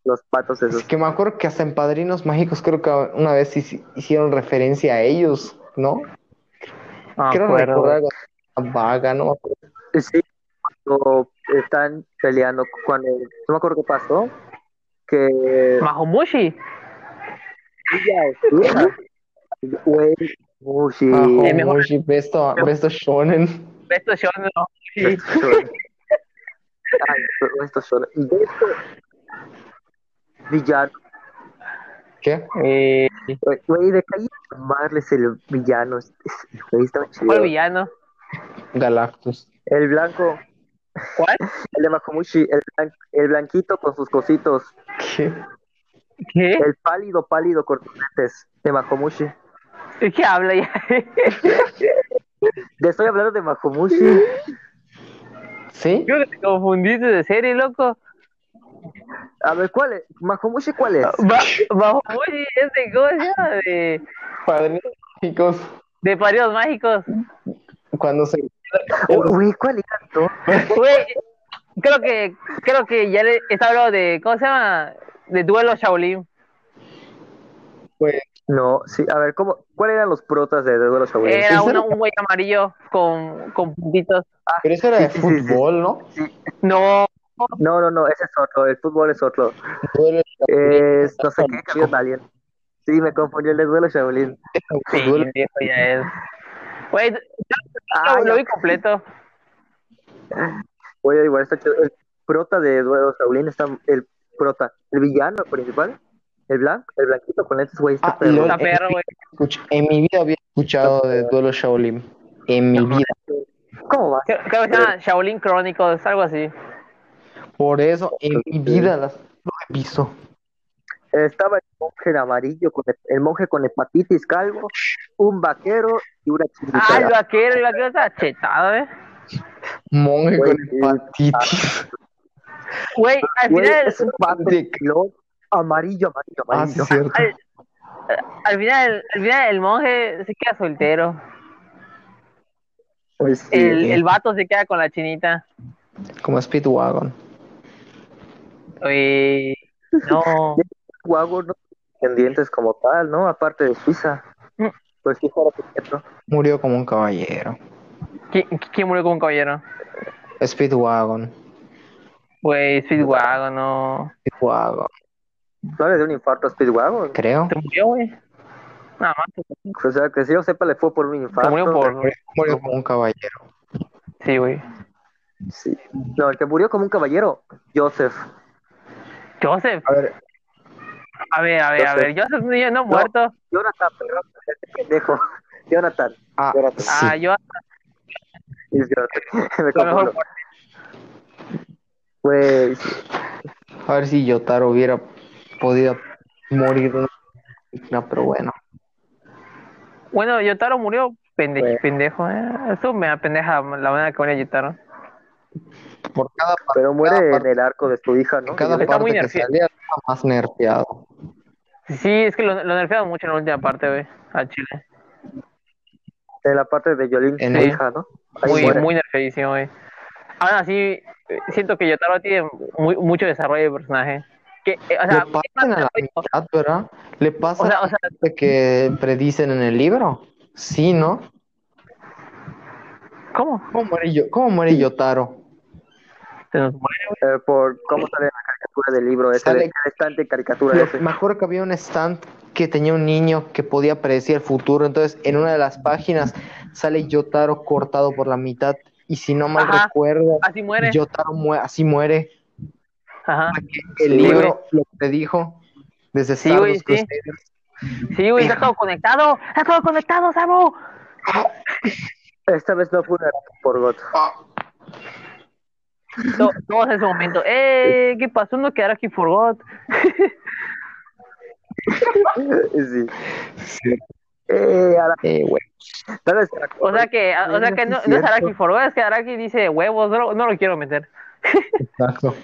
los patos Así esos. que me acuerdo que hasta en Padrinos Mágicos creo que una vez hici- hicieron referencia a ellos, ¿no? No Quiero me acuerdo, recordar algo vaga, ¿no? Sí, cuando están peleando, cuando. No me acuerdo qué pasó. Que. güey. Mahomushi. Ella Güey. Uy, sí. Bajo Eh, mejor- Mushi, Besto, Besto Shonen. Besto yo no. Sí. Esto suena. Ay, esto suena. Y de esto, villano. ¿Qué? Eh, Güey, Güey, de calle Marles el villano. es- es- Güey, estaba chido. ¿Cuál villano? Galactus. El blanco, ¿Cuál? el de Makomushi, el, blan- el blanquito con sus cositos. ¿Qué? ¿Qué? El pálido, pálido con sus lentes de Makomushi. ¿De qué habla ya? (laughs) Te estoy hablando de Makomushi. ¿Sí? Yo te confundiste de serie, loco. A ver, ¿cuál es? ¿Makomushi cuál es? Ba- Mahomushi es de cosa de, Padrinos Mágicos. de paridos mágicos. Cuando se... Güey, ¿cuál era? todo? Güey, creo que, creo que ya le, está hablando de, ¿cómo se llama? De duelo Shaolin. Pues, No, sí, a ver, ¿cómo, ¿cuál eran los protas de Duelo Shaolin? Era ¿Es uno, el- un güey amarillo con, con puntitos. pero eso era de sí, sí, sí. fútbol, ¿no? No, No, no, no, ese es otro, el fútbol es otro. Duelo- Es, no sé qué, cambió de alguien. Sí, me confundí el de Duelo Shaolin. sí, Duelo- viejo ya es. Güey, yo Ah, lo, lo vi completo. Oye, igual está chido. El prota de Duelo Shaolin está el prota, el villano principal, el blanco, el blanquito con lentes, güey, está Ah, perro. y Está perro, güey. escuch- En mi vida había escuchado de Duelo Shaolin. En mi vida. ¿Cómo va? Creo, creo eh? que se llama Shaolin Chronicles, algo así. Por eso, en mi vida las lo he visto. Estaba el monje en amarillo, con el, el monje con hepatitis calvo, un vaquero y una Ah, el chiquita. vaquero, el vaquero está chetado, eh. Monje Güey, con sí. hepatitis. Güey, al Güey, final, es un vato de- loco, amarillo, amarillo, Ah, sí, amarillo. es cierto. al, al final, al final el monje se queda soltero. Pues sí. El, el vato se queda con la chinita. Como Speedwagon. Güey, (laughs) no. Chihuahua no tiene dientes como tal, ¿no? Aparte de Suiza. Mm. Pues sí, fuera pequeño. Murió como un caballero. ¿Qui- ¿Quién murió como un caballero? Speedwagon. Güey, Speedwagon, no. Guau, ¿Sabes de un infarto a Speedwagon? creo. Se murió, güey. Nada más. pues, O sea, que si yo sepa, le fue por un infarto. Se murió por. Murió como un caballero. Sí, güey. Sí. No, el que murió como un caballero, Joseph. Joseph. A ver, A ver, a ver, a ver. Joseph no, no ha muerto. Jonathan, perdón, este pendejo. (laughs) Jonathan. ah, Jonathan. sí. Ah, yo. Es Jonathan. (laughs) Me A lo confundo. mejor. Pues, A ver si Yotaro hubiera podido morir de una máquina, pero bueno. Bueno, Yotaro murió pendejo, Güey. pendejo, eh. Eso me apendeja la manera que muere Yotaro. Por cada, par- pero cada muere en parte, el arco de tu hija, ¿no? cada Está parte muy que nerfeado. salía estaba más nerfeado. Sí, es que lo, lo nerfearon mucho en la última parte, güey. A Chile. En la parte de Yolín, En su el- hija, ¿no? Ahí Muy, muere. muy nerfeadísimo, güey. Ahora sí, eh, siento que Yotaro tiene muy- mucho desarrollo de personaje. Que, eh, o Le sea, pasan a la mitad, ¿verdad? Le o pasan sea, o sea, lo que predicen en el libro. Sí, ¿no? ¿cómo? ¿Cómo muere, yo, cómo muere Yotaro? Se nos muere, güey. Eh, por cómo sale la caricatura del libro ese, Sale- de cada estante de caricatura Lo- ese. me acuerdo que había un stand que tenía un niño que podía predecir el futuro. Entonces, en una de las páginas sale Yotaro cortado por la mitad. Y si no mal Ajá. recuerdo, Así Ah, muere. Yotaro mue- así muere. Ajá. El Sí, libro lo que te dijo desde Sí, Stardust güey, sí. Crusaders. Sí, güey, está todo conectado. Está todo conectado, Samu. Esta vez no fue un arco por God. To- todos en ese momento. ¡Eh! ¿Qué pasó? No quedará aquí Forgot. Sí. Eh, ahora, Eh, güey. tal vez- O sea que, a- o sea que no, no es Araki for God, es que Araki dice huevos, no, lo- no lo quiero meter. Exacto.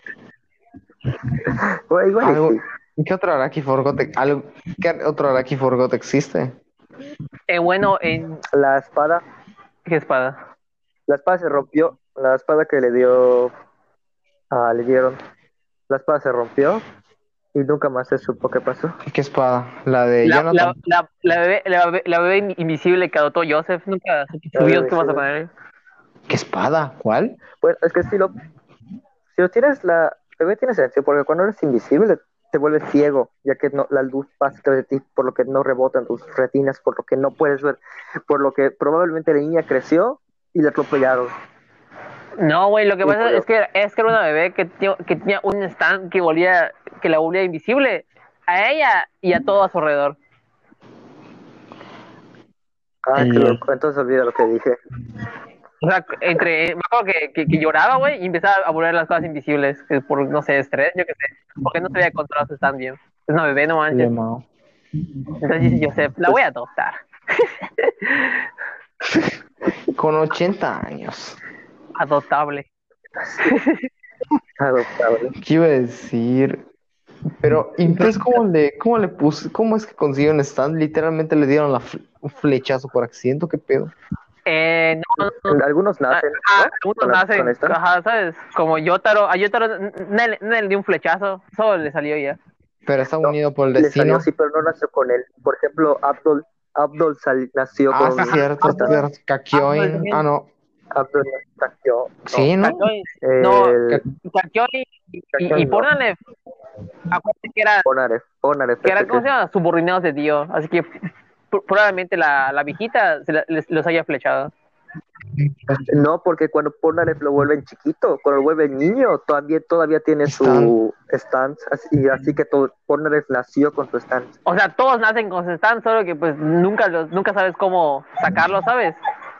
Güey, igual y Algo- sí. ¿Qué otro Araki Forgot? algo- ¿Qué otro Araki Forgot existe? Eh, bueno, en La espada, qué espada. la espada se rompió. La espada que le dio. Ah, le dieron. La espada se rompió. Y nunca más se supo qué pasó. ¿Qué espada? La de La, Jonathan. la, la, la bebé, la, bebé, la bebé in- invisible que adoptó Joseph, nunca subió qué pasa con él. ¿Qué espada? ¿Cuál? Bueno, Pues, es que si lo. Si lo tienes, la. Bebé tiene sentido, porque cuando eres invisible te vuelves ciego, ya que no, la luz pasa a través de ti, por lo que no rebotan tus retinas, por lo que no puedes ver, por lo que probablemente la niña creció y la atropellaron. No, güey, lo que Sí, pasa pero- es que, es que era una bebé que, tenía- que tenía un stand que volvía, que la volvía invisible a ella y a todo a su alrededor. Ah, qué Mm. loco. Entonces olvida lo que dije. O sea, entre, me acuerdo que, que, que lloraba, güey, y empezaba a volver las cosas invisibles, que por, no sé, estrés, yo qué sé, porque no se había controlado su stand bien. Es una bebé, no manches. Llamado. Entonces dice Joseph, la voy a adoptar. Con 80 años. Adoptable. Adoptable. ¿Qué iba a decir? Pero entonces, ¿cómo le, cómo le pus- ¿Cómo es que consiguió un stand? Literalmente le dieron la fle- un flechazo por accidente. ¿o ¿Qué pedo? Eh, no, no, no, Algunos nacen. Ah, ¿no? algunos nacen, ¿Eh? con esta. ajá, ¿sabes? Como Yotaro, a Yotaro n- n- n- le dio un flechazo, solo le salió ya. Pero está unido por el Le salió destino. así, pero no nació con él. Por ejemplo, Abdul, Abdul sal- nació Ah, con. sí, cierto, Abdul- cierto. Kakyoin. también. Ah, no. Abdul nació. Sí, ¿no? Kakyoin, El No, no. Kakyoin y, y, Kakyoin y no. Pornale, acuérdate que era Onare. Onare. que eran, perfecto. ¿cómo se llama? Subordinados de Dio. Así que pr- probablemente la, la viejita se la- les- los haya flechado. No, porque cuando Pornaref lo vuelven chiquito, cuando lo vuelven niño, todavía, todavía tiene su stand. así- Y así que todo, Pornaref nació con su stand. O sea, todos nacen con su stand, solo que pues nunca los, nunca sabes cómo sacarlo, ¿sabes?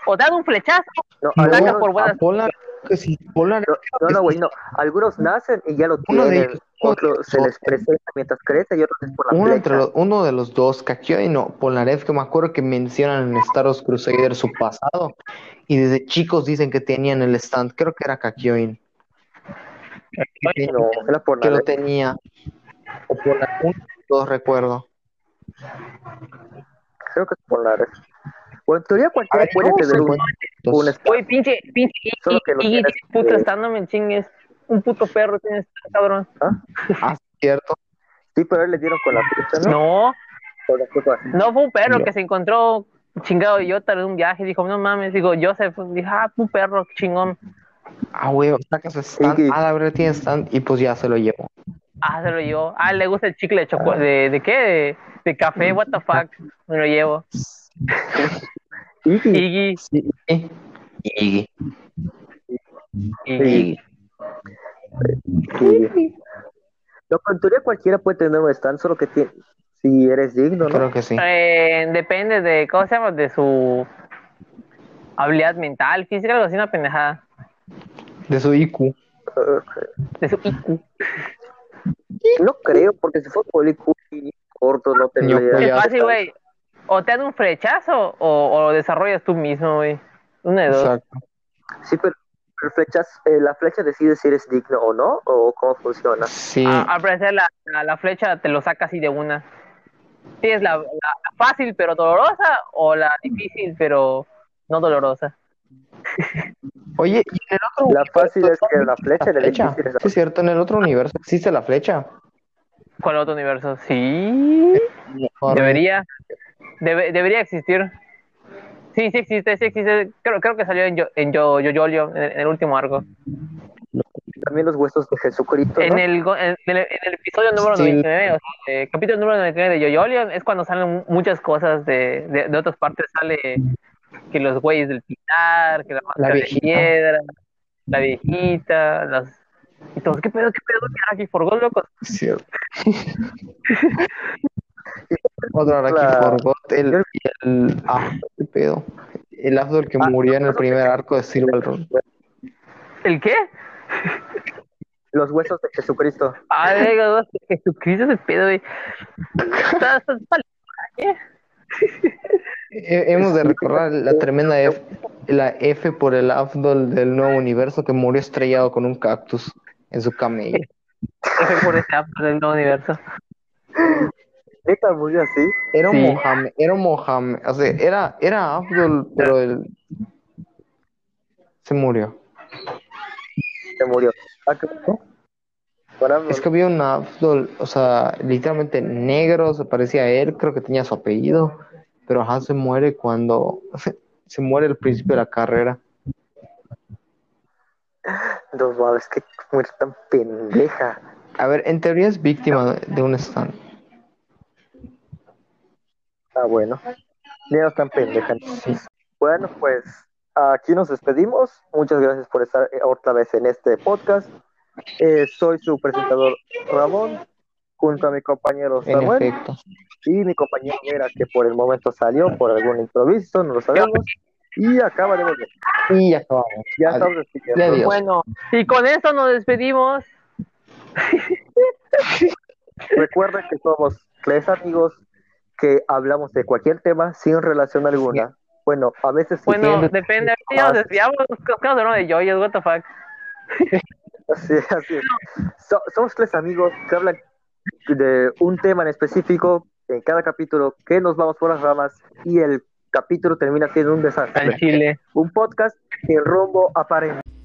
O te dan un flechazo, No, No, algunos, Saca por buenas- a Polar, que sí, Polar, no, no, no, güey, no. Algunos nacen y ya lo Uno de tienen. ellos- Otros se les presenta mientras crece y otros es por la uno, entre flecha. los, uno de los dos, Kakyoin o Polarev, que me acuerdo que mencionan en Star Wars Crusader su pasado, y desde chicos dicen que tenían el stand, creo que era Kakyoin, que, No, era que lo Pornaref. tenía, o Polar, uno de los dos recuerdo. Creo que es Pornaref. Bueno, en teoría A cualquiera ver, puede ¿cómo se tener un, encuentran un estos? stand. güey, pinche, pinche, y, Solo que lo y- y- tienes puto que- stand, no me chingues. Un puto perro tienes, cabrón. Ah, cierto, Sí, pero a él le dieron con la flecha, ¿no? No, Con la flecha. no fue un perro No. que se encontró chingado yo en un viaje. Dijo, no mames, digo, Joseph, dijo, ah, un perro, chingón. Ah, güey, saca su stand. que- Ah, la verdad tiene stand y pues ya se lo llevó. Ah, se lo llevo. Ah, le gusta el chicle de chocolate. ¿De, de qué? De, de café, what the fuck. Me lo llevo. Iggy, Iggy. Sí. Y, Iggy. Iggy. Loco, en teoría cualquiera puede tener un stand, solo que tiene, si eres digno, ¿no? creo que sí. Eh, depende de, ¿cómo se llama? De su habilidad mental, física, algo así, una pendejada. De su IQ. De su IQ. No creo, porque si fue político corto, no Yo tendría. fui Es Ya. fácil, güey. O te dan un flechazo o, o lo desarrollas tú mismo, güey. Una de dos. Exacto. Sí, pero, pero flechas, eh, la flecha decide si eres digno o no, o cómo funciona. Sí. Ah, A- al parecer la, la, la flecha te lo saca así de una. Sí, es la, la- la fácil pero dolorosa o la difícil pero no dolorosa. Oye, y en el otro La fácil es que la flecha, la la flecha. difícil es Sí, es cierto, en el otro universo existe la flecha. ¿Cuál otro universo? Sí. Debería. debe- debería existir. Sí, sí existe, sí existe. Creo, creo que salió en Yo, en Yo, Yo- Yolio, en, el- en el último arco. también los huesos de Jesucristo, En ¿no? el, go- en, en el, en el episodio número Sí. 99, o sea, eh, capítulo número 99 de Yoyolion, es cuando salen mu- muchas cosas de, de, de otras partes. Sale que los güeyes del pilar, que la máscara de viejita. piedra, la viejita, las. Y todos, ¿qué pedo, qué pedo? ¿Qué Araki Forgol, loco? Cierto. (laughs) Otro Araki La- Forgot, el, el, ah, qué pedo. El Afdol Ah, que murió en el primer arco de Silver Run. ¿El qué? Los huesos de Jesucristo. (laughs) Ah, digo, Jesucristo ese pedo, güey. Está- está- está He- Hemos de recordar la tremenda F, la F por el Afdol del nuevo universo que murió estrellado con un cactus en su camello. F por ese apto del nuevo universo. Neta, murió así. Era un Sí. Mohamed, era un Mohamed, o sea, era, era Afdol, pero él se murió. Se murió. Ah, ¿qué pasó? Para- Es que había un Abdul, o sea, literalmente negro, se parecía a él, creo que tenía su apellido, pero ajá, se muere cuando (laughs) se muere el principio de la carrera. No mames, qué muerte tan pendeja. A ver, en teoría es víctima de un stand. Ah, bueno. Ya no es tan pendeja. Sí. Bueno, pues aquí nos despedimos. Muchas gracias por estar eh, otra vez en este podcast. Eh, soy su presentador Ramón, junto a mi compañero En Samuel efecto. y mi compañero Vera, que por el momento salió por algún improviso, no lo sabemos. Y acaba de volver. Y ya acabamos. Ya Adiós. estamos Y despidiendo. adiós. Bueno, y con esto nos despedimos. Recuerden que somos tres amigos que hablamos de cualquier tema sin relación alguna. Bueno, a veces sí, Bueno, Depende. depende. Si nos desviamos, creo que nos hablaron de Joyos, what the fuck. (laughs) así, así es. So- somos tres amigos que hablan de un tema en específico en cada capítulo, que nos vamos por las ramas y el capítulo termina siendo un Al desastre. chile. Un podcast sin rumbo aparente.